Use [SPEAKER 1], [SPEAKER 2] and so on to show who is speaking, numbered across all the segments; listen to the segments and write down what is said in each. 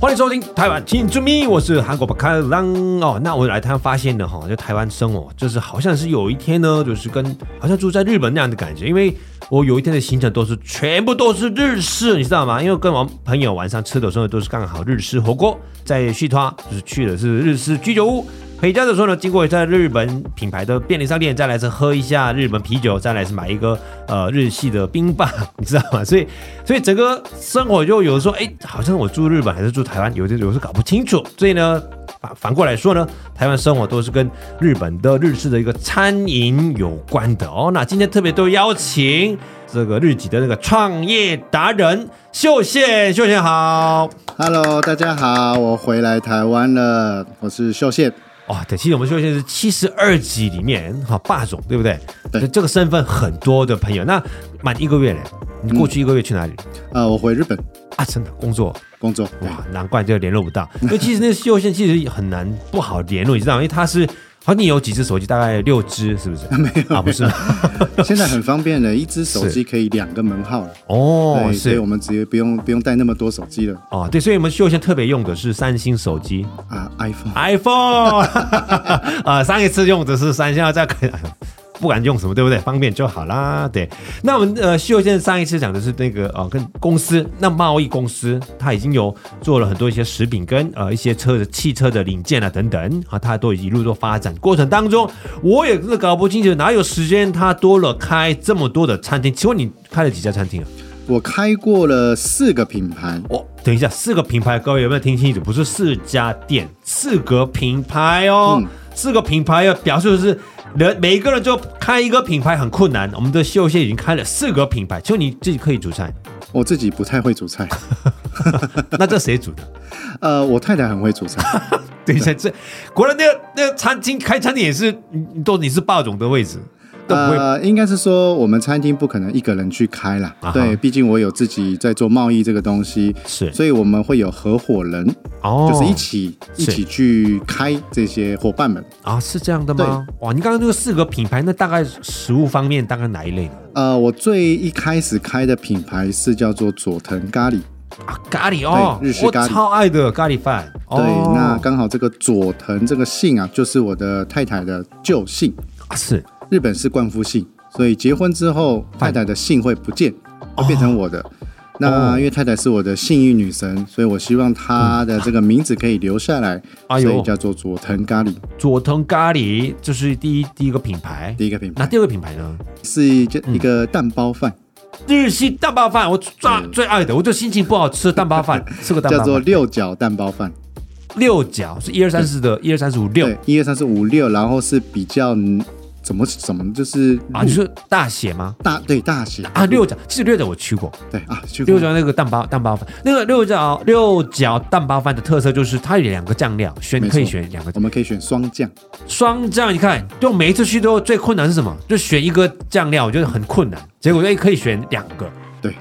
[SPEAKER 1] 欢迎收听台湾青春咪，我是韩国巴卡郎哦。那我来台湾发现呢，哈，就台湾生活，就是好像是有一天呢，就是跟好像住在日本那样的感觉，因为我有一天的行程都是全部都是日式，你知道吗？因为跟我朋友晚上吃的时候都是刚好日式火锅，在旭川就是去的是日式居酒屋。回家的时候呢，经过在日本品牌的便利商店，再来是喝一下日本啤酒，再来是买一个呃日系的冰棒，你知道吗？所以，所以整个生活就有时候，哎，好像我住日本还是住台湾，有的有时候搞不清楚。所以呢，反反过来说呢，台湾生活都是跟日本的日式的一个餐饮有关的哦。那今天特别都邀请这个日籍的那个创业达人秀宪，秀宪好。
[SPEAKER 2] Hello，大家好，我回来台湾了，我是秀宪。
[SPEAKER 1] 哇、哦对，其实我们秀宪是七十二集里面哈霸总，对不对？
[SPEAKER 2] 对
[SPEAKER 1] 就这个身份很多的朋友，那满一个月嘞，你过去一个月去哪里、
[SPEAKER 2] 呃，我回日本
[SPEAKER 1] 啊？真的工作
[SPEAKER 2] 工作。
[SPEAKER 1] 哇，难怪就联络不到，因为其实那秀宪其实很难不好联络，你知道吗，因为他是好像你有几只手机，大概六只，是不是？没有啊，不是
[SPEAKER 2] 现在很方便的，一只手机可以两个门号了。
[SPEAKER 1] 哦，
[SPEAKER 2] 对，所以
[SPEAKER 1] 是
[SPEAKER 2] 我们直接不用不用带那么多手机了
[SPEAKER 1] 哦，对，所以我们秀宪特别用的是三星手机，
[SPEAKER 2] 啊，iPhone。
[SPEAKER 1] iPhone 啊， 上一次用的是三星，再改 不管用什么，对不对？方便就好啦。对，那我们呃，秀现上一次讲的是那个呃，跟公司，那贸易公司，它已经有做了很多一些食品跟呃一些车的汽车的零件啊等等啊，它都一路做发展过程当中，我也是搞不清楚哪有时间它多了开这么多的餐厅。请问你开了几家餐厅啊？
[SPEAKER 2] 我开过了四个品牌，
[SPEAKER 1] 哦，等一下，四个品牌，各位有没有听清楚？不是四家店，四个品牌哦，
[SPEAKER 2] 嗯
[SPEAKER 1] 四个品牌要表示就是人每一个人就开一个品牌很困难。我们的秀蟹已经开了四个品牌，就你自己可以煮 菜，
[SPEAKER 2] 我自己不太会煮菜，
[SPEAKER 1] 那这谁煮的？
[SPEAKER 2] 呃，我太太很会煮菜。
[SPEAKER 1] 等一下，这果然那个那个餐厅开餐厅也是，你你都你是霸总的位置， 都不会、
[SPEAKER 2] 呃，应该是说我们餐厅不可能一个人去开啦，
[SPEAKER 1] 啊哈
[SPEAKER 2] 对，毕竟我有自己在做贸易这个东西，
[SPEAKER 1] 是
[SPEAKER 2] 所以我们会有合伙人，
[SPEAKER 1] 哦，
[SPEAKER 2] 就是一起一
[SPEAKER 1] 是
[SPEAKER 2] 起去开这些伙伴们。
[SPEAKER 1] 啊，是这样的吗？哇，你刚刚那个四个品牌，那大概食物方面大概哪一类呢？
[SPEAKER 2] 呃，我最一开始开的品牌是叫做佐藤咖喱，
[SPEAKER 1] 啊，咖喱哦，
[SPEAKER 2] 对日式
[SPEAKER 1] 我
[SPEAKER 2] 咖喱
[SPEAKER 1] 超爱的咖喱饭。
[SPEAKER 2] 对，
[SPEAKER 1] 哦、
[SPEAKER 2] 那刚好这个佐藤这个姓啊，就是我的太太的旧姓，
[SPEAKER 1] 啊是
[SPEAKER 2] 日本是冠夫姓，所以结婚之后太太的姓会不见，
[SPEAKER 1] 哦
[SPEAKER 2] 会变成我的。那因为太太是我的幸运女神，所以我希望她的这个名字可以留下来，
[SPEAKER 1] 哎呦
[SPEAKER 2] 所以叫做佐藤咖喱
[SPEAKER 1] 佐藤咖喱，这是第一第一个品牌。
[SPEAKER 2] 第一个品
[SPEAKER 1] 那
[SPEAKER 2] 牌，
[SPEAKER 1] 第嗯二个品牌呢？
[SPEAKER 2] 是一件一个蛋包饭，
[SPEAKER 1] 日系蛋包饭，我最最爱的，我就心情不好吃蛋包 饭，吃个蛋
[SPEAKER 2] 嗯叫
[SPEAKER 1] 包
[SPEAKER 2] 做
[SPEAKER 1] 饭。
[SPEAKER 2] 六角蛋包饭。
[SPEAKER 1] 六角是一二三四的，一二三四五六
[SPEAKER 2] 对，一二三四五六，然后是比较嗯怎么怎么就是
[SPEAKER 1] 啊，你说大写吗？
[SPEAKER 2] 大对大写
[SPEAKER 1] 啊，六角，其实六角我去过，
[SPEAKER 2] 对啊，去
[SPEAKER 1] 六角那个蛋包蛋包饭，那个六角六角蛋包饭的特色就是它有两个酱料，选
[SPEAKER 2] 没错
[SPEAKER 1] 可以选两个
[SPEAKER 2] 我们可以选双酱，
[SPEAKER 1] 双酱，你看，就每一次去都最困难是什么？就选一个酱料，我觉得很困难。结果哎，可以选两个。
[SPEAKER 2] 对，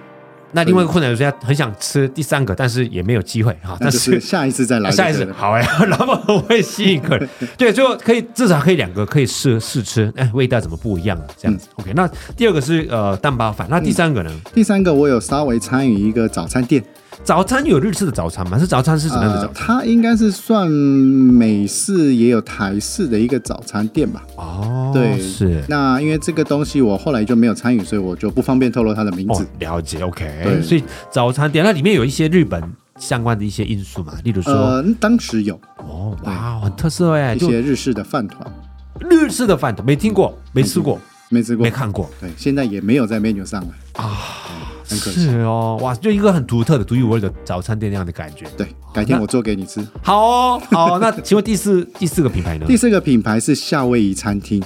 [SPEAKER 1] 那另外一个困难就是要很想吃第三个，但是也没有机会哈。
[SPEAKER 2] 那
[SPEAKER 1] 但
[SPEAKER 2] 就是
[SPEAKER 1] 是
[SPEAKER 2] 下一次再来就
[SPEAKER 1] 下
[SPEAKER 2] 对
[SPEAKER 1] 一
[SPEAKER 2] 了。
[SPEAKER 1] 次好哎， 然后我会吸引客 人，对，就可以至少可以两个可以试试吃，哎，味道怎么不一样啊？这
[SPEAKER 2] 嗯
[SPEAKER 1] 样子、OK。那第二个是呃蛋包饭，那第三个呢？
[SPEAKER 2] 第三个，我有稍微参与一个早餐店，
[SPEAKER 1] 早餐有日式的早餐吗？是早餐是怎么样的早
[SPEAKER 2] 呃，它应该是算美式也有台式的一个早餐店吧。
[SPEAKER 1] 哦，
[SPEAKER 2] 呃对
[SPEAKER 1] 是
[SPEAKER 2] 那因为这个东西我后来就没有参与，所以我就不方便透露它的名
[SPEAKER 1] 哦
[SPEAKER 2] 字。，
[SPEAKER 1] 了解 OK。
[SPEAKER 2] 对
[SPEAKER 1] 所以早餐店那里面有一些日本相关的一些因素嘛，例如说。
[SPEAKER 2] 呃，当时有
[SPEAKER 1] 哦，哇，很特色哎，
[SPEAKER 2] 一
[SPEAKER 1] 就
[SPEAKER 2] 些日式的饭团，
[SPEAKER 1] 日式的饭团没听过，没吃过，
[SPEAKER 2] 没吃过
[SPEAKER 1] 没，看过
[SPEAKER 2] 对，现在也没有在 menu 上了。
[SPEAKER 1] 啊，
[SPEAKER 2] 很可惜
[SPEAKER 1] 是哦，哇，就一个很独特的、独一无二的早餐店那样的感觉。
[SPEAKER 2] 对，改天
[SPEAKER 1] 那
[SPEAKER 2] 我做给你吃。
[SPEAKER 1] 好哦，好 哦，那请问第四第四个品牌呢？
[SPEAKER 2] 第四个品牌是夏威夷餐厅，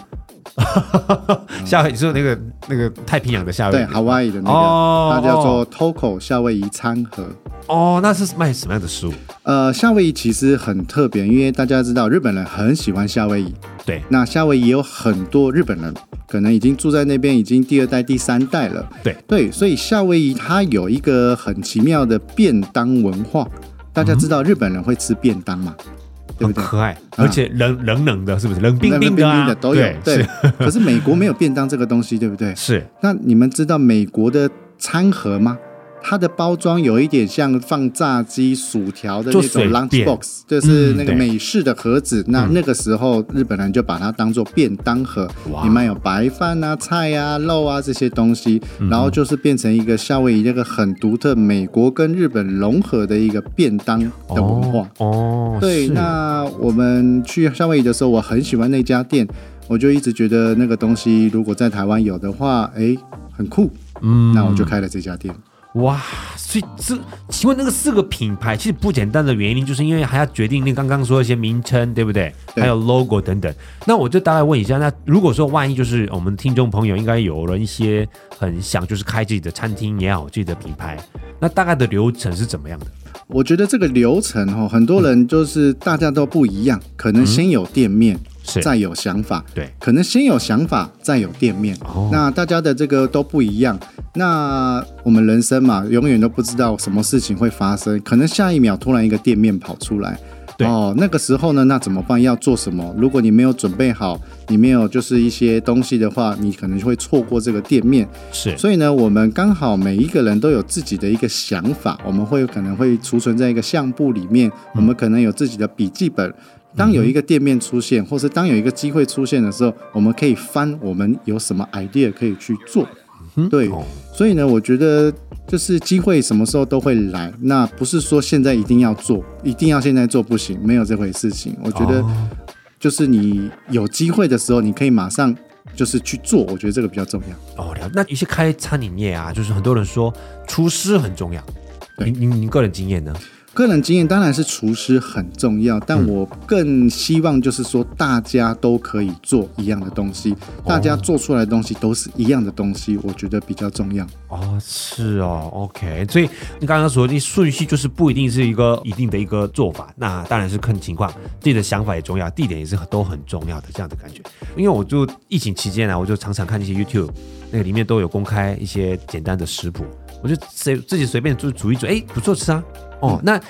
[SPEAKER 1] 夏威夷是那个那个太平洋的夏威
[SPEAKER 2] 嗯对
[SPEAKER 1] 夷。
[SPEAKER 2] ，Hawaii 的那
[SPEAKER 1] 哦
[SPEAKER 2] 个，它叫做 Toco 夏威夷餐盒。
[SPEAKER 1] 哦，那是卖什么样的食物？
[SPEAKER 2] 呃，夏威夷其实很特别，因为大家知道日本人很喜欢夏威夷，
[SPEAKER 1] 对
[SPEAKER 2] 那夏威夷也有很多日本人，可能已经住在那边已经第二代、第三代了。
[SPEAKER 1] 对
[SPEAKER 2] 对，所以夏威夷它有一个很奇妙的便当文化。大家知道日本人会吃便当嘛？对嗯
[SPEAKER 1] 很
[SPEAKER 2] 不对？
[SPEAKER 1] 可爱，而且冷冷冷的，是不是？冷嗯冰
[SPEAKER 2] 那
[SPEAKER 1] 冰
[SPEAKER 2] 边
[SPEAKER 1] 啊，
[SPEAKER 2] 的都有。对
[SPEAKER 1] 是，
[SPEAKER 2] 可是美国没有便当这个东西，对不对？
[SPEAKER 1] 是
[SPEAKER 2] 那你们知道美国的餐盒吗？它的包装有一点像放炸鸡、薯条的
[SPEAKER 1] 就
[SPEAKER 2] 那种
[SPEAKER 1] 随
[SPEAKER 2] lunch
[SPEAKER 1] 便
[SPEAKER 2] box，就是
[SPEAKER 1] 嗯
[SPEAKER 2] 那个
[SPEAKER 1] 对嗯
[SPEAKER 2] 美式的盒子。那那个时候日本人就把它当做便当盒，
[SPEAKER 1] 哇
[SPEAKER 2] 里面有白饭啊、菜啊、肉啊这些东西，
[SPEAKER 1] 嗯
[SPEAKER 2] 然后就是变成一个夏威夷那个很独特美国跟日本融合的一个便当的文化。
[SPEAKER 1] 哦，
[SPEAKER 2] 对，
[SPEAKER 1] 是
[SPEAKER 2] 那我们去夏威夷的时候，我很喜欢那家店，我就一直觉得那个东西如果在台湾有的话，哎，很酷。
[SPEAKER 1] 嗯
[SPEAKER 2] 那我就开了这家店。
[SPEAKER 1] 哇，所以这请问那个四个品牌其实不简单的原因，就是因为还要决定那刚刚说的一些名称，对不对？
[SPEAKER 2] 对
[SPEAKER 1] 还有 logo 等等。那我就大概问一下，那如果说万一就是我们听众朋友应该有了一些很想就是开自己的餐厅也好，自己的品牌，那大概的流程是怎么样的？
[SPEAKER 2] 我觉得这个流程哈，很多人就是大家都不一样，可能先有店面，
[SPEAKER 1] 嗯是
[SPEAKER 2] 再有想法，
[SPEAKER 1] 对，
[SPEAKER 2] 可能先有想法，再有店面。
[SPEAKER 1] 哦
[SPEAKER 2] 那大家的这个都不一样。那我们人生嘛，永远都不知道什么事情会发生，可能下一秒突然一个店面跑出来。
[SPEAKER 1] 对
[SPEAKER 2] 哦，那个时候呢，那怎么办？要做什么？如果你没有准备好，你没有就是一些东西的话，你可能会错过这个店面。
[SPEAKER 1] 是
[SPEAKER 2] 所以呢，我们刚好每一个人都有自己的一个想法，我们会可能会储存在一个相簿里面，我们可能有自己的笔记本。当有一个店面出现，或是当有一个机会出现的时候，我们可以翻我们有什么 idea 可以去做。对，
[SPEAKER 1] 哦
[SPEAKER 2] 所以呢，我觉得就是机会什么时候都会来，那不是说现在一定要做，一定要现在做不行，没有这回事情。我觉得
[SPEAKER 1] 哦
[SPEAKER 2] 就是你有机会的时候，你可以马上就是去做，我觉得这个比较重要。
[SPEAKER 1] 哦，了那一些开餐饮业啊，就是很多人说厨师很重要，
[SPEAKER 2] 对
[SPEAKER 1] 您您您个人经验呢？
[SPEAKER 2] 个人经验当然是厨师很重要，
[SPEAKER 1] 嗯
[SPEAKER 2] 但我更希望就是说大家都可以做一样的东
[SPEAKER 1] 哦
[SPEAKER 2] 西，大家做出来的东西都是一样的东西，我觉得比较重要。
[SPEAKER 1] 哦，是哦，OK，所以你刚刚说的顺序就是不一定是一个一定的一个做法，那当然是看情况，自己的想法也重要，地点也是很都很重要的这样的感觉。因为我就疫情期间啊，我就常常看一些 YouTube，那个里面都有公开一些简单的食谱，我就随自己随便就煮一煮，哎，不错吃啊。哦，那
[SPEAKER 2] 嗯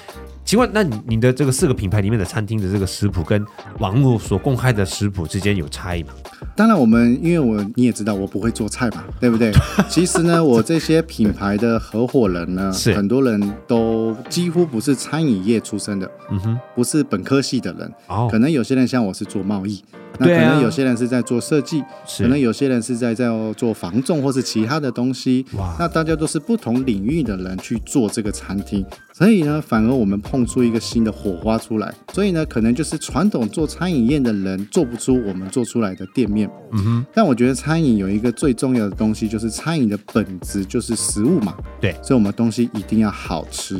[SPEAKER 1] 请问，那你你的这个四个品牌里面的餐厅的这个食谱跟网络所公开的食谱之间有差异吗？
[SPEAKER 2] 当然，我们因为我你也知道我不会做菜嘛，对 不对？其实呢，我这些品牌的合伙人呢
[SPEAKER 1] 是，
[SPEAKER 2] 很多人都几乎不是餐饮业出身的，
[SPEAKER 1] 嗯哼，
[SPEAKER 2] 不是本科系的人，
[SPEAKER 1] 哦，
[SPEAKER 2] 可能有些人像我是做贸易，那
[SPEAKER 1] 对
[SPEAKER 2] 可
[SPEAKER 1] 啊
[SPEAKER 2] 能有些人是在做设计，
[SPEAKER 1] 是
[SPEAKER 2] 可能有些人是在在做防重或是其他的东西
[SPEAKER 1] 哇。
[SPEAKER 2] 那大家都是不同领域的人去做这个餐厅，所以呢，反而我们碰出一个新的火花出来。所以呢，可能就是传统做餐饮业的人做不出我们做出来的店面。
[SPEAKER 1] 嗯哼，
[SPEAKER 2] 但我觉得餐饮有一个最重要的东西，就是餐饮的本质就是食物嘛。
[SPEAKER 1] 对
[SPEAKER 2] 所以我们东西一定要好吃。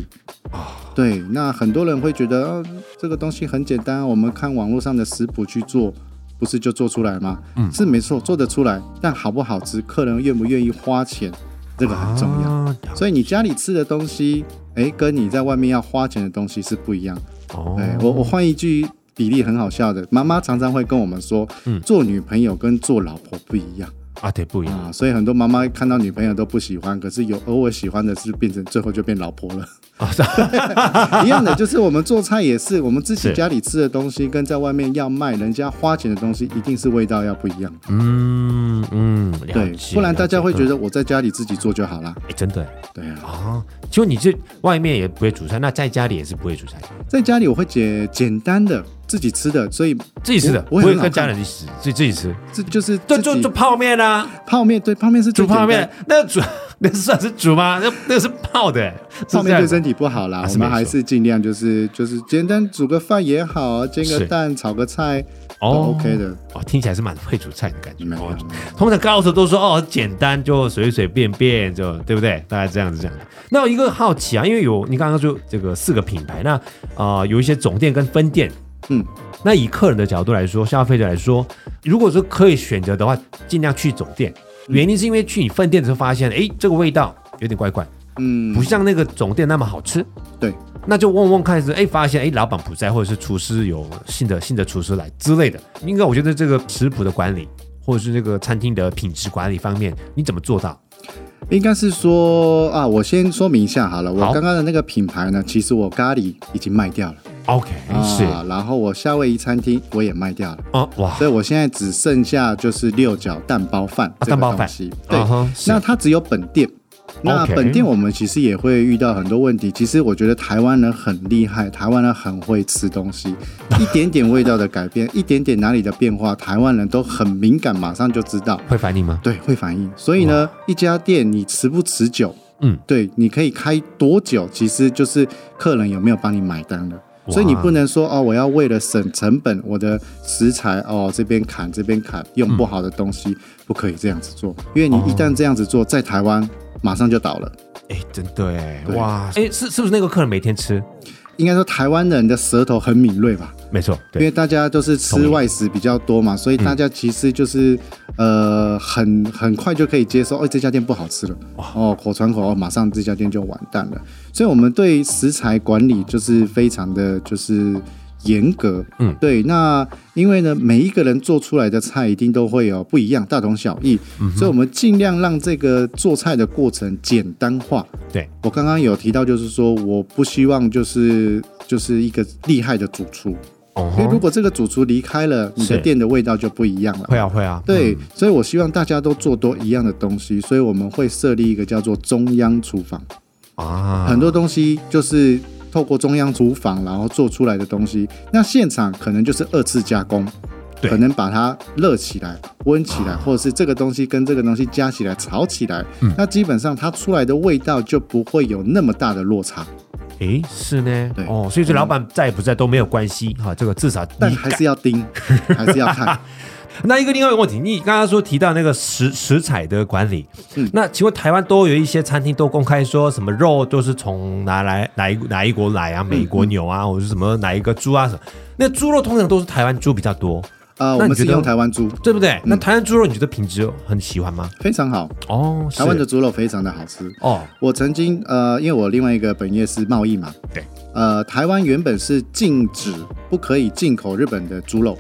[SPEAKER 1] 啊、
[SPEAKER 2] 对，那很多人会觉得，哦，这个东西很简单，我们看网络上的食谱去做，不是就做出来吗？嗯，是没错，做得出来，但好不好吃，客人愿不愿意花钱，这个很重要。
[SPEAKER 1] 啊
[SPEAKER 2] 所以你家里吃的东西，哎，跟你在外面要花钱的东西是不一样。
[SPEAKER 1] 哦
[SPEAKER 2] 对我，我换一句比例很好笑的，妈妈常常会跟我们说，
[SPEAKER 1] 嗯
[SPEAKER 2] 做女朋友跟做老婆不一样。
[SPEAKER 1] 啊，对，不一样。
[SPEAKER 2] 啊，所以很多妈妈看到女朋友都不喜欢，可是有偶尔喜欢的是变成最后就变老婆 了。
[SPEAKER 1] 哦
[SPEAKER 2] 一样的，就是我们做菜也是，我们自己
[SPEAKER 1] 是
[SPEAKER 2] 家里吃的东西跟在外面要卖人家花钱的东西，一定是味道要不一样。
[SPEAKER 1] 嗯嗯，了
[SPEAKER 2] 对，
[SPEAKER 1] 解
[SPEAKER 2] 不然大家会觉，
[SPEAKER 1] 了解
[SPEAKER 2] 得我在家里自己做就好啦。
[SPEAKER 1] 嗯哎，真的
[SPEAKER 2] 对啊，
[SPEAKER 1] 啊，就你这外面也不会煮菜，那在家里也是不会煮菜，
[SPEAKER 2] 在家里我会简简单的自己吃的，所以
[SPEAKER 1] 自己吃的，
[SPEAKER 2] 我
[SPEAKER 1] 不
[SPEAKER 2] 我也
[SPEAKER 1] 会
[SPEAKER 2] 很好
[SPEAKER 1] 跟
[SPEAKER 2] 看
[SPEAKER 1] 家人一起吃，自己自己吃，
[SPEAKER 2] 这就是
[SPEAKER 1] 就
[SPEAKER 2] 自
[SPEAKER 1] 就
[SPEAKER 2] 己
[SPEAKER 1] 就泡面啊，
[SPEAKER 2] 泡面，对，泡面是最
[SPEAKER 1] 煮泡
[SPEAKER 2] 简单
[SPEAKER 1] 面，，那煮 那算是煮吗？那那是泡的，是这
[SPEAKER 2] 泡面
[SPEAKER 1] 样
[SPEAKER 2] 对
[SPEAKER 1] 子
[SPEAKER 2] 身体不好啦，
[SPEAKER 1] 啊是
[SPEAKER 2] 我们
[SPEAKER 1] 没
[SPEAKER 2] 还
[SPEAKER 1] 错
[SPEAKER 2] 是尽量就是就是简单煮个饭也好，煎个
[SPEAKER 1] 是
[SPEAKER 2] 蛋炒个菜
[SPEAKER 1] 哦
[SPEAKER 2] 都 OK 的。
[SPEAKER 1] 哦，听起来是蛮会煮菜的感觉
[SPEAKER 2] 没。有
[SPEAKER 1] 哦通常高手都说哦，简单就随随便便就对不对？大概这样子这样子。那有一个好奇啊，因为有你刚刚说这个四个品牌，那啊、呃有一些总店跟分店，
[SPEAKER 2] 嗯，
[SPEAKER 1] 那以客人的角度来说，消费者来说，如果说可以选择的话，尽量去总店。原因是因为去你分店的时候发现，哎，这个味道有点怪怪，
[SPEAKER 2] 嗯，
[SPEAKER 1] 不像那个总店那么好吃。
[SPEAKER 2] 对，
[SPEAKER 1] 那就问问看是哎，发现哎，老板不在，或者是厨师有新的新的厨师来之类的。应该我觉得这个食谱的管理，或者是这个餐厅的品质管理方面，你怎么做到？
[SPEAKER 2] 应该是说啊，我先说明一下好了，我
[SPEAKER 1] 好
[SPEAKER 2] 刚刚的那个品牌呢，其实我咖喱已经卖掉了
[SPEAKER 1] OK，、是哎
[SPEAKER 2] 啊，然后我夏威夷餐厅我也卖掉了。
[SPEAKER 1] 嗯哦，哇，
[SPEAKER 2] 所以我现在只剩下就是六角蛋包饭、
[SPEAKER 1] 啊蛋包饭
[SPEAKER 2] 这个东西对
[SPEAKER 1] 啊哈，是
[SPEAKER 2] 那它只有本店，那
[SPEAKER 1] OK
[SPEAKER 2] 本店我们其实也会遇到很多问题。其实我觉得台湾人很厉害，台湾人很会吃 东西，一点点味道的改变，一点点哪里的变化，台湾人都很敏感，马上就知道。
[SPEAKER 1] 会反应吗？
[SPEAKER 2] 对，会反应。所以呢，一家店你持不持久，
[SPEAKER 1] 嗯，
[SPEAKER 2] 对，你可以开多久，其实就是客人有没有帮你买单了。
[SPEAKER 1] 哇
[SPEAKER 2] 所以你不能说哦，我要为了省成本，我的食材哦这边砍这边砍，用不好的东
[SPEAKER 1] 嗯
[SPEAKER 2] 西、不可以这样子做，因为你一
[SPEAKER 1] 哦
[SPEAKER 2] 旦这样子做，在台湾马上就倒了。
[SPEAKER 1] 哎，真的哎，
[SPEAKER 2] 对
[SPEAKER 1] 哇，哎，是是不是那个客人每天吃？
[SPEAKER 2] 应该说台湾人的舌头很敏锐吧，
[SPEAKER 1] 没错，
[SPEAKER 2] 因
[SPEAKER 1] 对，
[SPEAKER 2] 为
[SPEAKER 1] 嗯
[SPEAKER 2] 大家都是吃外食比较多嘛，所以大家其实就是、呃很很快就可以接受，哦这家店不好吃了，哦口传口，哦马上这家店就完蛋了。所以我们对食材管理就是非常的就是严格，
[SPEAKER 1] 嗯
[SPEAKER 2] 对。那因为呢每一个人做出来的菜一定都会有不一样，大同小异，
[SPEAKER 1] 嗯
[SPEAKER 2] 所以我们尽量让这个做菜的过程简单化，
[SPEAKER 1] 对，
[SPEAKER 2] 我刚刚有提到，就是说我不希望就是就是一个厉害的主厨，
[SPEAKER 1] 哦
[SPEAKER 2] 因为如果这个主厨离开了，你的
[SPEAKER 1] 是
[SPEAKER 2] 店的味道就不一样了。
[SPEAKER 1] 会啊会啊，
[SPEAKER 2] 对，所以我希望大家都做多一样的东西，所以我们会设立一个叫做中央厨房，
[SPEAKER 1] 啊，
[SPEAKER 2] 很多东西就是透过中央厨房然后做出来的东西，那现场可能就是二次加工。
[SPEAKER 1] 对啊
[SPEAKER 2] 可能把它热起来、温起来，或者是这个东西跟这个东西加起来、炒起来，
[SPEAKER 1] 嗯
[SPEAKER 2] 那基本上它出来的味道就不会有那么大的落差。
[SPEAKER 1] 哎，是呢
[SPEAKER 2] 对，
[SPEAKER 1] 哦，所以这老板在不在都没有关系哈，这个至少
[SPEAKER 2] 但
[SPEAKER 1] 你
[SPEAKER 2] 还是要盯，还是要 看。
[SPEAKER 1] 那一个另外一个问题，你刚刚说提到那个食食材的管理，
[SPEAKER 2] 嗯
[SPEAKER 1] 那请问台湾都有一些餐厅都公开说什么肉都是从哪来哪一哪一国来啊，美国牛
[SPEAKER 2] 嗯
[SPEAKER 1] 啊，或者是什么哪一个猪啊什么？那猪肉通常都是台湾猪比较多，那
[SPEAKER 2] 呃，我
[SPEAKER 1] 你
[SPEAKER 2] 们
[SPEAKER 1] 觉
[SPEAKER 2] 是
[SPEAKER 1] 得
[SPEAKER 2] 用台湾猪，
[SPEAKER 1] 对不对？那台湾猪肉你觉得品质很喜欢吗？
[SPEAKER 2] 非常好，
[SPEAKER 1] 哦，是
[SPEAKER 2] 台湾的猪肉非常的好吃。
[SPEAKER 1] 哦，
[SPEAKER 2] 我曾经呃，因为我另外一个本业是贸易嘛，
[SPEAKER 1] 对，
[SPEAKER 2] 呃，台湾原本是禁止不可以进口日本的猪肉，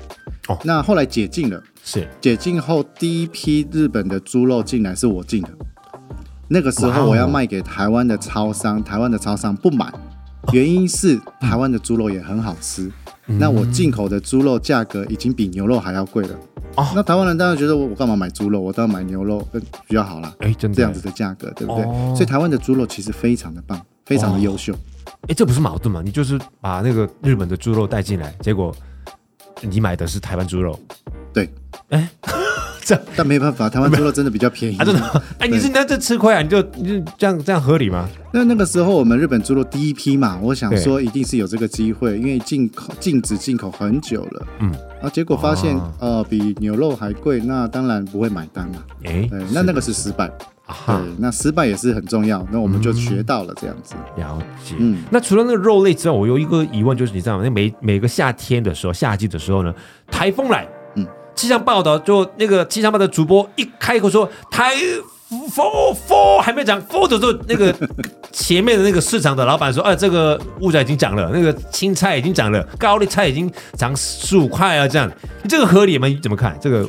[SPEAKER 1] 哦
[SPEAKER 2] 那后来解禁了，
[SPEAKER 1] 是
[SPEAKER 2] 解禁后第一批日本的猪肉进来是我进的，那个时
[SPEAKER 1] 哇哦
[SPEAKER 2] 候我要卖给台湾的超商，台湾的超商不买，原因是台湾的猪肉也很好吃，
[SPEAKER 1] 嗯
[SPEAKER 2] 那我进口的猪肉价格已经比牛肉还要贵了。
[SPEAKER 1] 哦
[SPEAKER 2] 那台湾人当然觉得我我干嘛买猪肉，我当然买牛肉更比较好啦。
[SPEAKER 1] 哎，真的
[SPEAKER 2] 这样子，的价格，对不对？
[SPEAKER 1] 哦
[SPEAKER 2] 所以台湾的猪肉其实非常的棒，非常的优秀。
[SPEAKER 1] 哎，这不是矛盾吗？你就是把那个日本的猪肉带进来，结果你买的是台湾猪肉，
[SPEAKER 2] 对，
[SPEAKER 1] 哎，
[SPEAKER 2] 但没办法，台湾猪肉真的比较便宜。
[SPEAKER 1] 啊，真的吗？哎，你是你在这吃亏啊？你就你就这样这样合理吗？
[SPEAKER 2] 那那个时候我们日本猪肉第一批嘛，我想说一定是有这个机会，因为进口禁止进口很久了。
[SPEAKER 1] 嗯，
[SPEAKER 2] 啊，结果发现
[SPEAKER 1] 啊
[SPEAKER 2] 呃比牛肉还贵，那当然不会买单嘛。
[SPEAKER 1] 哎，
[SPEAKER 2] 对，那那个是失败。
[SPEAKER 1] 啊哈
[SPEAKER 2] 对，那失败也是很重要，那我们就学到了这样子。
[SPEAKER 1] 了解。
[SPEAKER 2] 嗯
[SPEAKER 1] 那除了那个肉类之外，我有一个疑问，就是你知道吗？那每每个夏天的时候，夏季的时候呢，台风来，
[SPEAKER 2] 嗯，
[SPEAKER 1] 气象报道就那个气象报的主播一开口说台风风还没讲风的时候，那个前面的那个市场的老板说，哎，这个物价已经涨了，那个青菜已经涨了，高丽菜已经涨十五块啊，这样，你这个合理吗？你怎么看这个？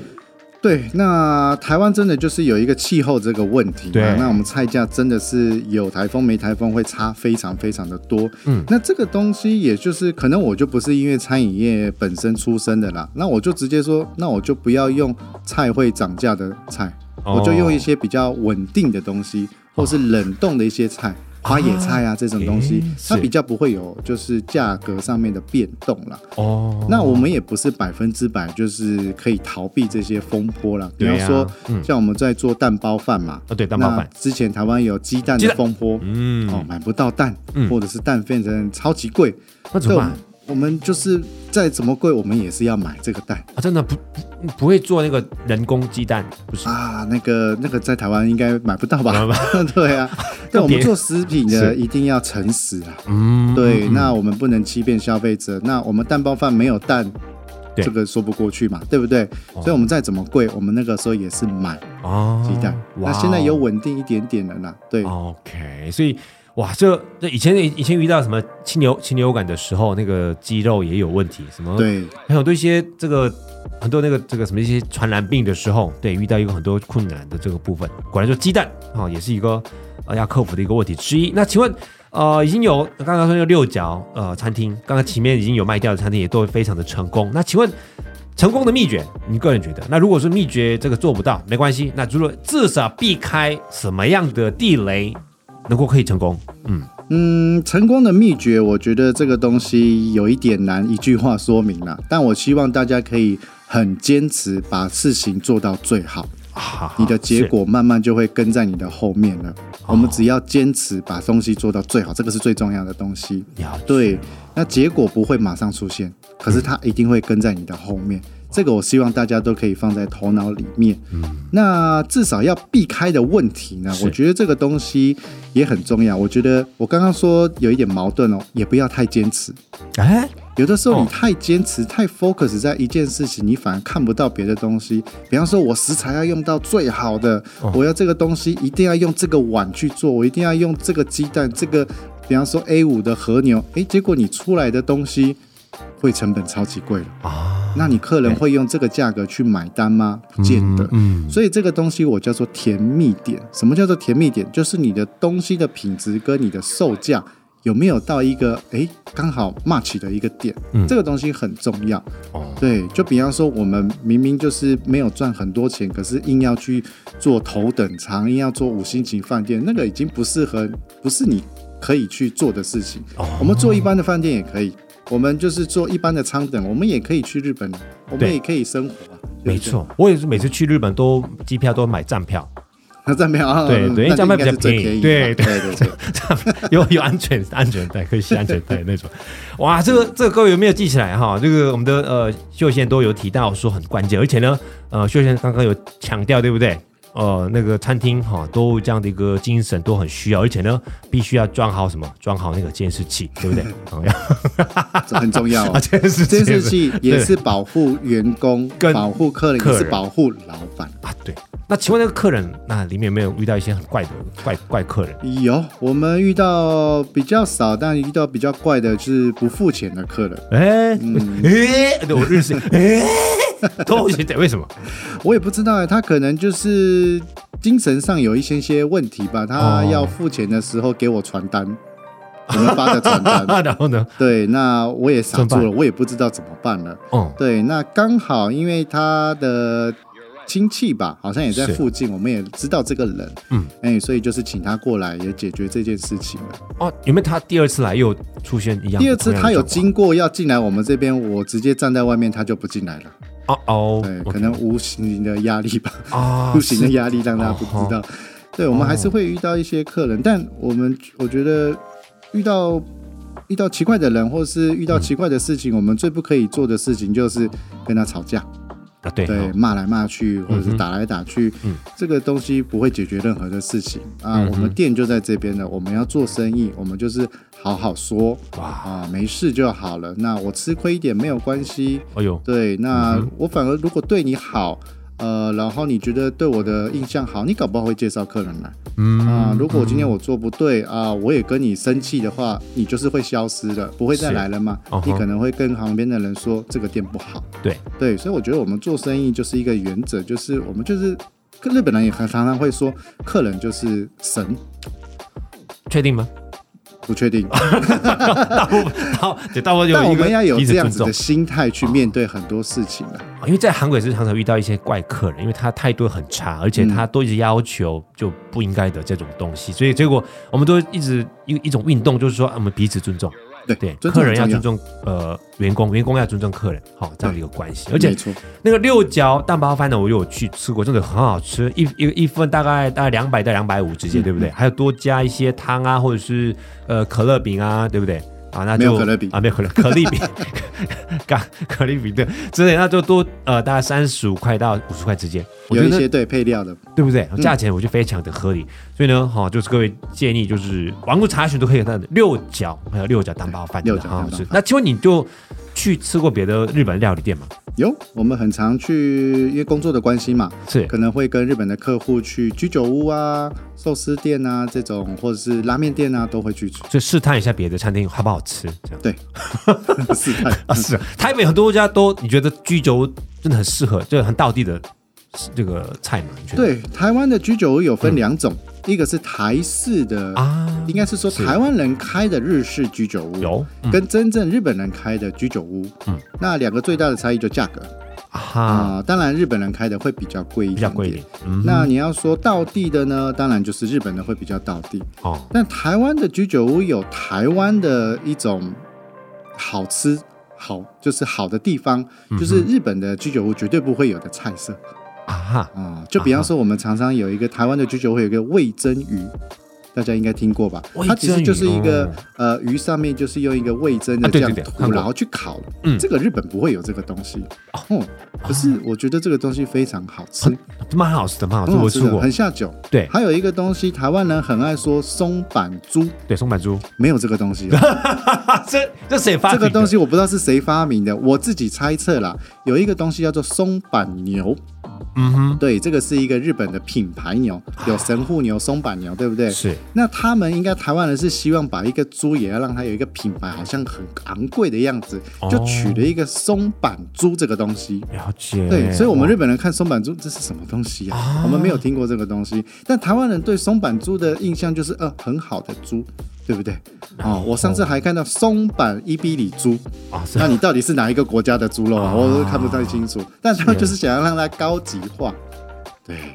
[SPEAKER 2] 对，那台湾真的就是有一个气候这个问题嘛，
[SPEAKER 1] 对
[SPEAKER 2] 那我们菜价真的是有台风没台风会差非常非常的多。
[SPEAKER 1] 嗯，
[SPEAKER 2] 那这个东西也就是可能我就不是因为餐饮业本身出身的啦，那我就直接说，那我就不要用菜会涨价的菜，
[SPEAKER 1] 哦
[SPEAKER 2] 我就用一些比较稳定的东西，或是冷冻的一些菜。花野菜啊，这种东西
[SPEAKER 1] 诶，
[SPEAKER 2] 它
[SPEAKER 1] 哦是
[SPEAKER 2] 比较不会有就是价格上面的变动啦。
[SPEAKER 1] 哦，
[SPEAKER 2] 那我们也不是百分之百就是可以逃避这些风波啦。比
[SPEAKER 1] 对啊
[SPEAKER 2] 方说，
[SPEAKER 1] 嗯
[SPEAKER 2] 像我们在做蛋包饭嘛，
[SPEAKER 1] 哦对蛋包饭
[SPEAKER 2] 那之前台湾有鸡蛋
[SPEAKER 1] 鸡
[SPEAKER 2] 的
[SPEAKER 1] 蛋
[SPEAKER 2] 风波，
[SPEAKER 1] 嗯
[SPEAKER 2] 哦，买不到蛋，
[SPEAKER 1] 嗯
[SPEAKER 2] 或者是蛋变成超级贵，
[SPEAKER 1] 那怎么
[SPEAKER 2] 我
[SPEAKER 1] 办
[SPEAKER 2] 们我们就是再怎么贵，我们也是要买这个蛋
[SPEAKER 1] 啊，真的不不不会做那个人工鸡蛋，不是
[SPEAKER 2] 啊。那个那个在台湾应该买不到吧
[SPEAKER 1] 买不？
[SPEAKER 2] 对啊，但我们
[SPEAKER 1] 别
[SPEAKER 2] 做食品
[SPEAKER 1] 是
[SPEAKER 2] 的一定要诚实啊。
[SPEAKER 1] 嗯，
[SPEAKER 2] 对，那我们不能欺骗消费者。那我们蛋包饭没有蛋，
[SPEAKER 1] 对
[SPEAKER 2] 这个说不过去嘛，对不对？所以我们再怎么贵，我们那个时候也是买
[SPEAKER 1] 哦，
[SPEAKER 2] 鸡蛋。那
[SPEAKER 1] 哇
[SPEAKER 2] 现在有稳定一点点了啦，对。
[SPEAKER 1] 哦 OK，所以哇，这这以前以前遇到什么禽流禽流感的时候，那个肌肉也有问题，什么，
[SPEAKER 2] 对，
[SPEAKER 1] 还有对一些这个很多那个这个什么一些传染病的时候，对遇到一个很多困难的这个部分，果然就鸡蛋啊、哦也是一个呃要克服的一个问题之一。那请问呃已经有刚刚说那个六角呃餐厅，刚刚前面已经有卖掉的餐厅也都非常的成功，那请问成功的秘诀，你个人觉得？那如果是秘诀这个做不到，没关系，那如果至少避开什么样的地雷，能够可以成功？嗯，
[SPEAKER 2] 嗯，成功的秘诀，我觉得这个东西有一点难一句话说明啦，但我希望大家可以很坚持，把事情做到最好，
[SPEAKER 1] 啊
[SPEAKER 2] 你的结果慢慢就会跟在你的后面了。我们只要坚持把东西做到最好，这个是最重要的东西。
[SPEAKER 1] 了解
[SPEAKER 2] 对，那结果不会马上出现，可是它一定会跟在你的后面。这个我希望大家都可以放在头脑里面。那至少要避开的问题呢，
[SPEAKER 1] 是
[SPEAKER 2] 我觉得这个东西也很重要。我觉得我刚刚说有一点矛盾哦，也不要太坚持。
[SPEAKER 1] 哎，
[SPEAKER 2] 有的时候
[SPEAKER 1] 哦
[SPEAKER 2] 你太坚持、太 focus 在一件事情，你反而看不到别的东西。比方说，我食材要用到最好的，
[SPEAKER 1] 哦
[SPEAKER 2] 我要这个东西一定要用这个碗去做，我一定要用这个鸡蛋，这个比方说 A 五的和牛，诶，结果你出来的东西会成本超级贵了。
[SPEAKER 1] 啊，
[SPEAKER 2] 那你客人会用这个价格去买单吗？不见得。
[SPEAKER 1] 嗯，
[SPEAKER 2] 所以这个东西我叫做甜蜜点。什么叫做甜蜜点？就是你的东西的品质跟你的售价有没有到一个诶刚好 match 的一个点，
[SPEAKER 1] 嗯
[SPEAKER 2] 这个东西很重要。
[SPEAKER 1] 哦，
[SPEAKER 2] 对，就比方说我们明明就是没有赚很多钱，可是硬要去做头等舱，硬要做五星级饭店，那个已经不适合，不是你可以去做的事情。
[SPEAKER 1] 哦
[SPEAKER 2] 我们做一般的饭店也可以，我们就是做一般的舱等，我们也可以去日本啊，我们
[SPEAKER 1] 对
[SPEAKER 2] 也可以生活啊。对
[SPEAKER 1] 没
[SPEAKER 2] 不对，
[SPEAKER 1] 错，我也是每次去日本都机票都买站票，
[SPEAKER 2] 那站票啊，
[SPEAKER 1] 对对因为
[SPEAKER 2] 那
[SPEAKER 1] 站票比较
[SPEAKER 2] 应该是最
[SPEAKER 1] 便宜
[SPEAKER 2] 便宜
[SPEAKER 1] 对
[SPEAKER 2] 嘛，
[SPEAKER 1] 对
[SPEAKER 2] 对对对。
[SPEAKER 1] 有有安全安全带，可以系安全带那种。哇，这个这个各位有没有记起来哈？这个我们的呃秀贤都有提到说很关键，而且呢，呃秀贤刚刚有强调，对不对？呃，那个餐厅哈，都这样的一个精神都很需要，而且呢，必须要装好什么？装好那个监视器，对不 对？嗯要
[SPEAKER 2] 这很重要、
[SPEAKER 1] 啊，
[SPEAKER 2] 哦。
[SPEAKER 1] 监视
[SPEAKER 2] 监视
[SPEAKER 1] 器
[SPEAKER 2] 器也是保护员工
[SPEAKER 1] 跟、
[SPEAKER 2] 保护客人，
[SPEAKER 1] 客
[SPEAKER 2] 也
[SPEAKER 1] 人
[SPEAKER 2] 是保护老板。
[SPEAKER 1] 啊，对。那请问那个客人，那里面有没有遇到一些很怪的怪怪客人？
[SPEAKER 2] 有，我们遇到比较少，但遇到比较怪的就是不付钱的客人。
[SPEAKER 1] 哎、
[SPEAKER 2] 嗯
[SPEAKER 1] 哎、对我认 识，哎、都有点为什么？
[SPEAKER 2] 我也不知道欸，他可能就是精神上有一些些问题吧。他
[SPEAKER 1] 哦
[SPEAKER 2] 要付钱的时候给我传单，我们发的传 单。
[SPEAKER 1] 啊然后呢？
[SPEAKER 2] 对，那我也傻
[SPEAKER 1] 怎
[SPEAKER 2] 住
[SPEAKER 1] 么
[SPEAKER 2] 了，我也不知道怎么办了。
[SPEAKER 1] 哦、
[SPEAKER 2] 对，那刚好因为他的亲戚吧，好像也在
[SPEAKER 1] 是
[SPEAKER 2] 附近，我们也知道这个人，
[SPEAKER 1] 嗯，
[SPEAKER 2] 哎、所以就是请他过来，也解决这件事情了。
[SPEAKER 1] 哦，有没有他第二次来又出现一样的？
[SPEAKER 2] 第二次
[SPEAKER 1] 同样
[SPEAKER 2] 他
[SPEAKER 1] 的
[SPEAKER 2] 有
[SPEAKER 1] 状况
[SPEAKER 2] 经过要进来我们这边，我直接站在外面，他就不进来了。
[SPEAKER 1] 哦哦
[SPEAKER 2] 对，
[SPEAKER 1] ，OK，
[SPEAKER 2] 可能无形的压力吧，
[SPEAKER 1] 啊
[SPEAKER 2] 无形的
[SPEAKER 1] 是哦
[SPEAKER 2] 压力让大家不知道。对，我们还是会遇到一些客人，但我们我觉得遇到遇到奇怪的人，或是遇到奇怪的事情，我们最不可以做的事情就是跟他吵架。
[SPEAKER 1] 啊，对
[SPEAKER 2] 对，
[SPEAKER 1] 哦
[SPEAKER 2] 骂来骂去，或者
[SPEAKER 1] 嗯
[SPEAKER 2] 是
[SPEAKER 1] 哼
[SPEAKER 2] 打来打去，
[SPEAKER 1] 嗯
[SPEAKER 2] 这个东西不会解决任何的事情啊。
[SPEAKER 1] 嗯哼
[SPEAKER 2] 我们店就在这边了，我们要做生意，我们就是好好说
[SPEAKER 1] 哇，
[SPEAKER 2] 啊，没事就好了。那我吃亏一点没有关系，
[SPEAKER 1] 哎呦，
[SPEAKER 2] 对，那我反而如果对你好。呃，然后你觉得对我的印象好，你搞不好会介绍客人来
[SPEAKER 1] 嗯
[SPEAKER 2] 啊。如果今天我做不对啊，我也跟你生气的话，你就是会消失了，不会再
[SPEAKER 1] 是
[SPEAKER 2] 来了嘛。
[SPEAKER 1] 嗯哼
[SPEAKER 2] 你可能会跟旁边的人说这个店不好，
[SPEAKER 1] 对，
[SPEAKER 2] 对，所以我觉得我们做生意就是一个原则，就是我们就是跟日本人也很常常会说，客人就是神，
[SPEAKER 1] 确定 吗？
[SPEAKER 2] 不确定，
[SPEAKER 1] 大部分好，对，大部 分有
[SPEAKER 2] 但我
[SPEAKER 1] 一个
[SPEAKER 2] 们要有
[SPEAKER 1] 彼此
[SPEAKER 2] 这样
[SPEAKER 1] 尊
[SPEAKER 2] 子
[SPEAKER 1] 重哦
[SPEAKER 2] 的心态去面对很多事情啊。
[SPEAKER 1] 因为在韩国也是常常遇到一些怪客人，因为他态度很差，而且他都一直要求就不应该的这种东西，所以结果我们都一直一一种运动，就是说啊我们彼此尊重，
[SPEAKER 2] 对，
[SPEAKER 1] 对，
[SPEAKER 2] 尊
[SPEAKER 1] 客
[SPEAKER 2] 重
[SPEAKER 1] 人要
[SPEAKER 2] 很
[SPEAKER 1] 尊
[SPEAKER 2] 重
[SPEAKER 1] 重呃员工，员工要尊重客人，好、这样的一个关系，而
[SPEAKER 2] 没
[SPEAKER 1] 且
[SPEAKER 2] 错，
[SPEAKER 1] 那个六角蛋包饭呢，我有去吃过，真的很好吃，一一一份大概大概两百到两百五之
[SPEAKER 2] 嗯
[SPEAKER 1] 间，对不对？还有多加一些汤啊，或者是呃可乐饼啊，对不对？啊，那就
[SPEAKER 2] 没有可乐饼
[SPEAKER 1] 啊，没有可乐，可丽饼， 咖可丽饼对之类，那就多呃大概三十五块到五十块之间，我
[SPEAKER 2] 有
[SPEAKER 1] 觉
[SPEAKER 2] 一
[SPEAKER 1] 得
[SPEAKER 2] 些对配料的，
[SPEAKER 1] 对不对？
[SPEAKER 2] 嗯
[SPEAKER 1] 价钱我觉得非常的合理，所以呢，哈、就是各位建议就是网络查询都可以看到的六角，还有六角蛋包饭，
[SPEAKER 2] 六角
[SPEAKER 1] 真的很好
[SPEAKER 2] 蛋包
[SPEAKER 1] 吃
[SPEAKER 2] 饭。
[SPEAKER 1] 那请问你就去吃过别的日本料理店吗？
[SPEAKER 2] 有我们很常去，因为工作的关系嘛，
[SPEAKER 1] 是
[SPEAKER 2] 可能会跟日本的客户去居酒屋啊、寿司店啊这种，或者是拉面店啊，都会去 吃。
[SPEAKER 1] 就试探一下别的餐厅好不好吃，这样。
[SPEAKER 2] 对，是的，
[SPEAKER 1] 啊，是啊，台北很多家都你觉得居酒屋真的很适合，就是很道地的这个菜嘛？你觉得？
[SPEAKER 2] 对，台湾的居酒屋有分两种，一个是台式的
[SPEAKER 1] 啊，
[SPEAKER 2] 应该是说
[SPEAKER 1] 是
[SPEAKER 2] 台湾人开的日式居酒屋，
[SPEAKER 1] 有嗯
[SPEAKER 2] 跟真正日本人开的居酒屋，
[SPEAKER 1] 嗯，
[SPEAKER 2] 那两个最大的差异就价格。
[SPEAKER 1] 啊
[SPEAKER 2] 啊、
[SPEAKER 1] 哈，
[SPEAKER 2] 当然日本人开的会比较贵一
[SPEAKER 1] 比较
[SPEAKER 2] 点
[SPEAKER 1] 贵一
[SPEAKER 2] 点
[SPEAKER 1] 点。。嗯，
[SPEAKER 2] 那你要说道地的呢，当然就是日本的会比较道地。
[SPEAKER 1] 哦，
[SPEAKER 2] 但台湾的居酒屋有台湾的一种好吃，好就是好的地方，
[SPEAKER 1] 嗯
[SPEAKER 2] 就是日本的居酒屋绝对不会有的菜色
[SPEAKER 1] 啊哈，
[SPEAKER 2] 啊、就比方说，我们常常有一个台湾的居酒屋有一个味噌鱼。大家应该听过吧
[SPEAKER 1] 味？噌鱼
[SPEAKER 2] 它其实就是一个、
[SPEAKER 1] 哦
[SPEAKER 2] 呃鱼上面就是用一个味噌
[SPEAKER 1] 啊
[SPEAKER 2] 的
[SPEAKER 1] 对对
[SPEAKER 2] 酱
[SPEAKER 1] 对
[SPEAKER 2] 涂
[SPEAKER 1] 看，过
[SPEAKER 2] 然后去烤。
[SPEAKER 1] 嗯
[SPEAKER 2] 这个日本不会有这个东西。哦，可是我觉得这个东西非常好吃，
[SPEAKER 1] 蛮好吃的，蛮好吃，
[SPEAKER 2] 很好
[SPEAKER 1] 我
[SPEAKER 2] 吃
[SPEAKER 1] 吃
[SPEAKER 2] 嗯的，
[SPEAKER 1] 过
[SPEAKER 2] 很。下酒。
[SPEAKER 1] 对
[SPEAKER 2] 还有一个东西，台湾人很爱说松板猪，
[SPEAKER 1] 对，松板 猪，
[SPEAKER 2] 没有这个东西 哦、
[SPEAKER 1] 啊，这这谁发
[SPEAKER 2] 这
[SPEAKER 1] 明的
[SPEAKER 2] 个东西我不知道是谁发明的，我自己猜测啦。有一个东西叫做松板牛，
[SPEAKER 1] 嗯哼，
[SPEAKER 2] 对，这个是一个日本的品牌牛，有神户牛、松板牛，对不对？
[SPEAKER 1] 啊是
[SPEAKER 2] 那他们应该台湾人是希望把一个猪也要让它有一个品牌，好像很昂贵的样子，
[SPEAKER 1] 哦
[SPEAKER 2] 就取了一个松板猪这个东西。
[SPEAKER 1] 了解。
[SPEAKER 2] 对，所以，我们
[SPEAKER 1] 哇
[SPEAKER 2] 日本人看松板猪，这是什么东西呀、
[SPEAKER 1] 啊
[SPEAKER 2] 我们没有听过这个东西。但台湾人对松板猪的印象就是，呃，很好的猪，对不对？哦，我上次还看到松板伊比里猪，
[SPEAKER 1] 啊，是
[SPEAKER 2] 那你到底是哪一个国家的猪肉啊？
[SPEAKER 1] 啊
[SPEAKER 2] 我都看不太清楚。但他们就是想要让它高级化，对。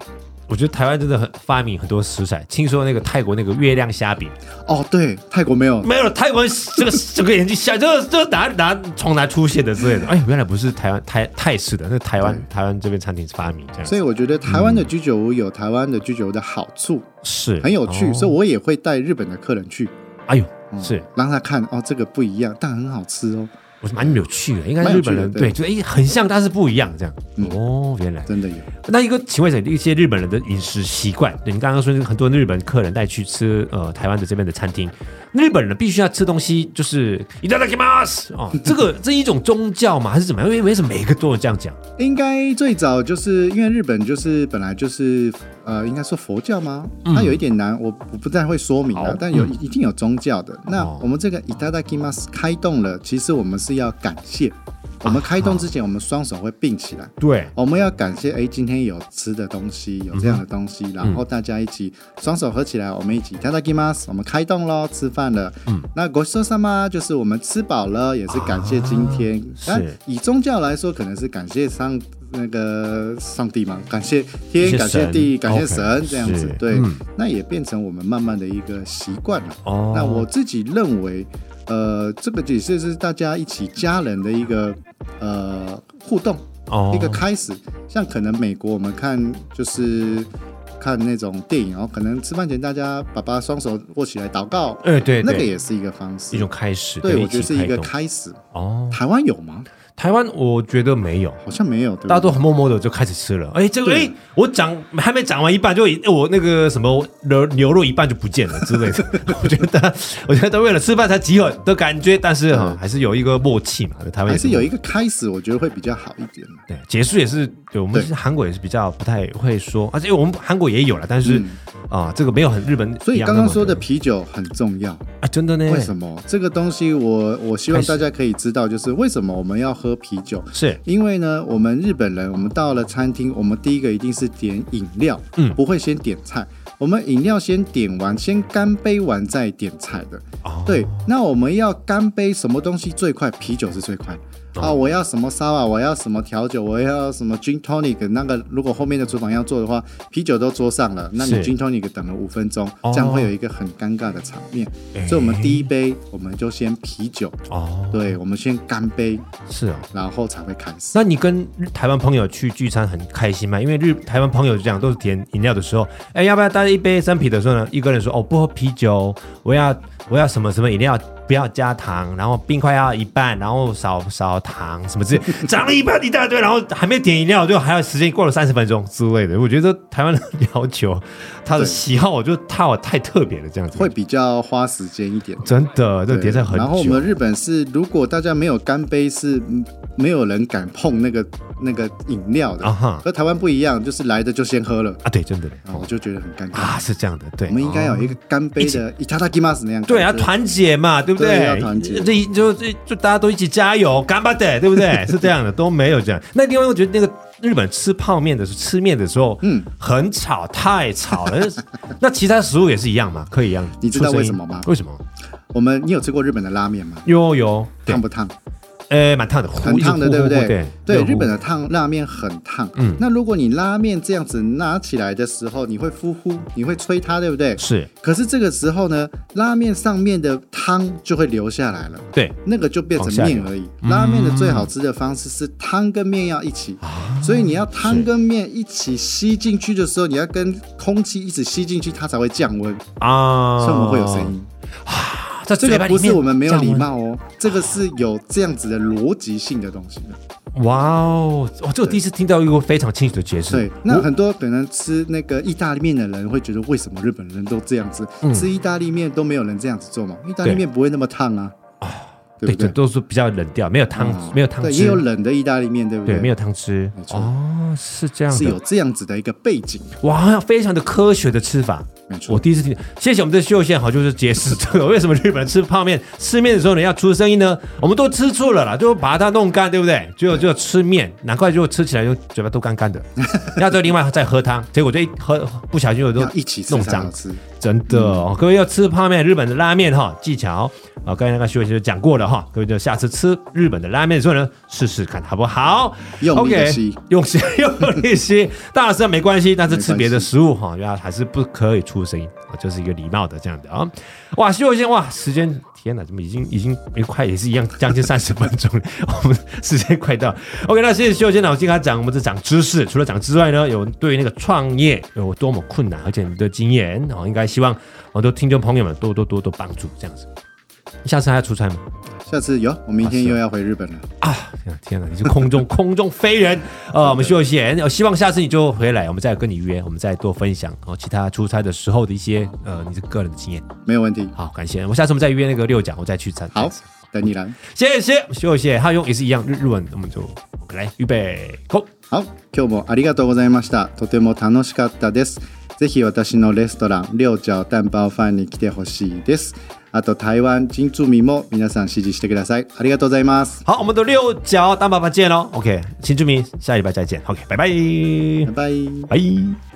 [SPEAKER 1] 我觉得台湾真的很发明很多食材。听说那个泰国那个月亮虾饼，
[SPEAKER 2] 哦，对，泰国没有，
[SPEAKER 1] 没有泰国人这个这个眼睛瞎，这这哪哪从哪出现的之类的。哎，原来不是台湾泰泰式的，那台湾台湾这边餐厅发明这样。
[SPEAKER 2] 所以我觉得台湾的居酒屋有台湾的居酒屋的好处，
[SPEAKER 1] 是
[SPEAKER 2] 很有趣，
[SPEAKER 1] 哦
[SPEAKER 2] 所以我也会带日本的客人去，
[SPEAKER 1] 哎呦，是
[SPEAKER 2] 让他看哦，这个不一样，但很好吃哦，
[SPEAKER 1] 我是蛮有趣的，应该
[SPEAKER 2] 蛮
[SPEAKER 1] 日
[SPEAKER 2] 有趣的
[SPEAKER 1] 本人对，
[SPEAKER 2] 对
[SPEAKER 1] 就哎很像，但是不一样这样。哦，原来
[SPEAKER 2] 真的有。
[SPEAKER 1] 那一个，请问一下，一些日本人的饮食习惯，对你刚刚说很多日本客人带去吃呃台湾的这边的餐厅，日本人必须要吃东西，就是いただきます哦，这个这一种宗教嘛，还是怎么样？因为为什么每个都有这样讲？
[SPEAKER 2] 应该最早就是因为日本就是本来就是呃，应该说佛教吗？它有一点难，我我不太会说明
[SPEAKER 1] 嗯好
[SPEAKER 2] 啊，但有一定有宗教的。那
[SPEAKER 1] 哦
[SPEAKER 2] 我们这个伊达达基马斯开动了，其实我们是要感
[SPEAKER 1] 啊
[SPEAKER 2] 谢。我们开动之前，我们双手会并起来，
[SPEAKER 1] 对，
[SPEAKER 2] 我们要感谢哎，今天有吃的东西，有这样的东西，
[SPEAKER 1] 嗯
[SPEAKER 2] 然后大家一起双手合起来，我们一起いただきます，我们开动喽，吃饭了。嗯，那ごちそうさま就是我们吃饱了，也是感谢今天。
[SPEAKER 1] 啊是
[SPEAKER 2] 那以宗教来说，可能是感谢上那个上帝嘛，感谢天，
[SPEAKER 1] 感
[SPEAKER 2] 感
[SPEAKER 1] 谢
[SPEAKER 2] 谢
[SPEAKER 1] 神
[SPEAKER 2] 地，感谢
[SPEAKER 1] OK，
[SPEAKER 2] 神这样子
[SPEAKER 1] 是。
[SPEAKER 2] 对
[SPEAKER 1] 嗯，
[SPEAKER 2] 那也变成我们慢慢的一个习惯了。
[SPEAKER 1] 哦，
[SPEAKER 2] 那我自己认为，呃，这个也是是大家一起家人的一个呃互动。
[SPEAKER 1] 哦
[SPEAKER 2] 一个开始。像可能美国，我们看就是看那种电影哦，可能吃饭前大家把把双手握起来祷告，
[SPEAKER 1] 哎、对，
[SPEAKER 2] 那个
[SPEAKER 1] 对
[SPEAKER 2] 也是一个方式
[SPEAKER 1] 一。种开始，
[SPEAKER 2] 对，我觉得
[SPEAKER 1] 起
[SPEAKER 2] 是一
[SPEAKER 1] 开
[SPEAKER 2] 个
[SPEAKER 1] 动
[SPEAKER 2] 开始。
[SPEAKER 1] 哦。
[SPEAKER 2] 台湾有吗？
[SPEAKER 1] 台湾我觉得没有，
[SPEAKER 2] 好像没有，对不对
[SPEAKER 1] 大家都很默默的就开始吃嗯了。哎、这个哎、
[SPEAKER 2] 对
[SPEAKER 1] 我讲还没讲完一半就已哎我那个什么牛牛肉一半就不见了之类 的。我觉得，我觉得为了吃饭才集合的感觉，但是哈、
[SPEAKER 2] 对
[SPEAKER 1] 还是有一个默契嘛，台湾
[SPEAKER 2] 嗯还是有一
[SPEAKER 1] 个
[SPEAKER 2] 个开始，我觉得会比较好一点。
[SPEAKER 1] 对结束也是对我们
[SPEAKER 2] 对
[SPEAKER 1] 韩国也是比较不太会说，而且我们韩国也有了，但是啊、这个没有很日本一样那么。
[SPEAKER 2] 嗯所以刚刚说的啤酒很重要，
[SPEAKER 1] 啊，真的呢？
[SPEAKER 2] 为什么这个东西我我希望
[SPEAKER 1] 开始
[SPEAKER 2] 大家可以知道，就是为什么我们要喝啤酒？
[SPEAKER 1] 是
[SPEAKER 2] 因为呢，我们日本人，我们到了餐厅，我们第一个一定是点饮料，
[SPEAKER 1] 嗯
[SPEAKER 2] 不会先点菜。我们饮料先点完，先干杯完再点菜的。
[SPEAKER 1] 哦，
[SPEAKER 2] 对，那我们要干杯，什么东西最快？啤酒是最快的。
[SPEAKER 1] 哦
[SPEAKER 2] 啊，我要什么烧啊，我要什么调酒，我要什么 gin tonic。那个如果后面的厨房要做的话，啤酒都桌上了，那你
[SPEAKER 1] 是
[SPEAKER 2] gin tonic 等了五分钟，
[SPEAKER 1] 哦
[SPEAKER 2] 这样会有一个很尴尬的场面。
[SPEAKER 1] 哎
[SPEAKER 2] 所以我们第一杯我们就先啤酒，
[SPEAKER 1] 哦，
[SPEAKER 2] 对，我们先干杯，
[SPEAKER 1] 是哦。
[SPEAKER 2] 然后才会开始。
[SPEAKER 1] 那你跟台湾朋友去聚餐很开心吗？因为日台湾朋友这样都是点饮料的时候，哎，要不要大家一杯生啤的时候呢？一个人说哦，不喝啤酒，我要 我要什么什么饮料，不要加糖，然后冰块要一半，然后少少糖什么之类，讲了一半一大堆，然后还没点饮料，就还有时间过了三十分钟之类的。我觉得台湾的要求，他的
[SPEAKER 2] 对
[SPEAKER 1] 喜好，我觉得他有太特别了，这样子
[SPEAKER 2] 会比较花时间一点。
[SPEAKER 1] 真的这
[SPEAKER 2] 对，
[SPEAKER 1] 叠在很久。
[SPEAKER 2] 然后我们日本是，如果大家没有干杯，是嗯没有人敢碰那个那个饮料的。
[SPEAKER 1] 啊哈
[SPEAKER 2] 和台湾不一样，就是来的就先喝了，
[SPEAKER 1] 啊，对，真的
[SPEAKER 2] 啊，我就觉得很尴尬。
[SPEAKER 1] 啊，是这样的，对，
[SPEAKER 2] 我们应该
[SPEAKER 1] 哦
[SPEAKER 2] 有一个干杯的伊塔达基马斯那样。
[SPEAKER 1] 对啊，
[SPEAKER 2] 就是
[SPEAKER 1] 团结嘛，对不对？
[SPEAKER 2] 对要团结
[SPEAKER 1] 这一就这就大家都一起加油，干巴的，对不对？ 是这样的，都没有这样。那另外，我觉得那个日本吃泡面的时候，吃面的时候，嗯，很吵，太吵了。那 其他食物也是一样嘛，可以一样。
[SPEAKER 2] 你知道
[SPEAKER 1] 出声音
[SPEAKER 2] 为什么吗
[SPEAKER 1] 为什么？
[SPEAKER 2] 我们，你有吃过日本的拉面吗？
[SPEAKER 1] 有有，对
[SPEAKER 2] 烫，不烫？
[SPEAKER 1] 呃，蛮烫的，糊
[SPEAKER 2] 很嗯烫的，
[SPEAKER 1] 一直
[SPEAKER 2] 对
[SPEAKER 1] 糊
[SPEAKER 2] 不
[SPEAKER 1] 糊糊
[SPEAKER 2] 对
[SPEAKER 1] 对？
[SPEAKER 2] 对，
[SPEAKER 1] 热
[SPEAKER 2] 日
[SPEAKER 1] 乎
[SPEAKER 2] 本的烫拉面很烫。
[SPEAKER 1] 嗯
[SPEAKER 2] 那如果你拉面这样子拿起来的时候，你会呼呼，你会吹它，对不对？
[SPEAKER 1] 是
[SPEAKER 2] 可是这个时候呢，拉面上面的汤就会流下来了，
[SPEAKER 1] 对
[SPEAKER 2] 那个就变成面而已。
[SPEAKER 1] 下流
[SPEAKER 2] 拉面的最好吃的方式是汤跟面要一起，
[SPEAKER 1] 啊，
[SPEAKER 2] 所以你要汤
[SPEAKER 1] 是
[SPEAKER 2] 跟面一起吸进去的时候，你要跟空气一起吸进去，它才会降温，
[SPEAKER 1] 啊，
[SPEAKER 2] 所以我们会有声音。
[SPEAKER 1] 啊。在
[SPEAKER 2] 这
[SPEAKER 1] 嘴
[SPEAKER 2] 个
[SPEAKER 1] 巴里
[SPEAKER 2] 不是
[SPEAKER 1] 面
[SPEAKER 2] 我们没有
[SPEAKER 1] 降
[SPEAKER 2] 礼
[SPEAKER 1] 温
[SPEAKER 2] 貌哦，这个是有这样子的逻辑性的东西的。
[SPEAKER 1] 哇哦，我这我第一次听到一个非常清楚的解释。
[SPEAKER 2] 对，那
[SPEAKER 1] 我
[SPEAKER 2] 很多可能吃那个意大利面的人会觉得，为什么日本人都这样子？
[SPEAKER 1] 嗯
[SPEAKER 2] 吃意大利面都没有人这样子做嘛？意大利面不会那么烫啊，对
[SPEAKER 1] 对，
[SPEAKER 2] 不
[SPEAKER 1] 这
[SPEAKER 2] 对？
[SPEAKER 1] 都是比较冷掉，没有汤
[SPEAKER 2] 啊，
[SPEAKER 1] 没有汤
[SPEAKER 2] 对，也有
[SPEAKER 1] 汁，
[SPEAKER 2] 冷的意大利面，对不
[SPEAKER 1] 对，没
[SPEAKER 2] 有
[SPEAKER 1] 有汤汁
[SPEAKER 2] 没。错
[SPEAKER 1] 哦，是这样
[SPEAKER 2] 是有
[SPEAKER 1] 的，
[SPEAKER 2] 这样子的一个背景，
[SPEAKER 1] 哇，非常的科学的吃法。
[SPEAKER 2] 没错
[SPEAKER 1] 我。第一次听，谢谢我们的秀线好，就是解释这个 为什么日本人吃泡面吃面的时候呢要出声音呢？我们都吃错了啦，就把它弄干，对不对？就就吃面，难怪就吃起来就嘴巴都干 干的，然后就另外再喝汤，结果就一喝不小心我就
[SPEAKER 2] 要一起吃
[SPEAKER 1] 弄
[SPEAKER 2] 才好
[SPEAKER 1] 脏，
[SPEAKER 2] 吃，
[SPEAKER 1] 真的、
[SPEAKER 2] 嗯
[SPEAKER 1] 哦，各位要吃泡面，日本的拉面哈技巧啊，刚才那个秀线就讲过了哈，各位就下次吃日本的拉面的时候呢试试看好不好？
[SPEAKER 2] 用力
[SPEAKER 1] OK，
[SPEAKER 2] 的吸，
[SPEAKER 1] 用心用力 吸，大声没关系，但是吃别的
[SPEAKER 2] 没关系
[SPEAKER 1] 食物哈，原来还是不可以出声音啊，就是一个礼貌的这样的啊、哇，秀先哇，时间天哪，怎么已经已经也快也是一样，将近三十分钟了，我们时间快到。OK，那谢 谢秀先老师跟他讲，我们是讲知识，除了讲之外呢，有对于那个创业有多么困难，而且你的经验哦，应该希望很多听众朋友们多多多多帮助这样子。你下次还要出差吗？
[SPEAKER 2] 下次有，我明天
[SPEAKER 1] 啊是啊
[SPEAKER 2] 又要回日本了。
[SPEAKER 1] 啊！天哪，你是空中 空中飞人呃，我们休息一下，我希望下次你就回来，我们再跟你约，我们再多分享哦，其他出差的时候的一些呃，你的个人的经验。
[SPEAKER 2] 没有问题，
[SPEAKER 1] 好，感谢，我下次我们再约那个六讲，我再去参。
[SPEAKER 2] 好，等你来。
[SPEAKER 1] 谢谢，休息一下，他用也是一样日日文，我们就来预备，Go。
[SPEAKER 2] 好、今日もありがとうございました。とても楽しかったです。ぜひ私のレストラン、両角蛋包ファンに来てほしいです。あと台湾珍珠米も皆さん支持してください。ありがとうございます。
[SPEAKER 1] 好，我们的六角当爸爸见喽。OK，新居民，下礼拜再见。OK，拜拜，
[SPEAKER 2] バイバイ。
[SPEAKER 1] 拜。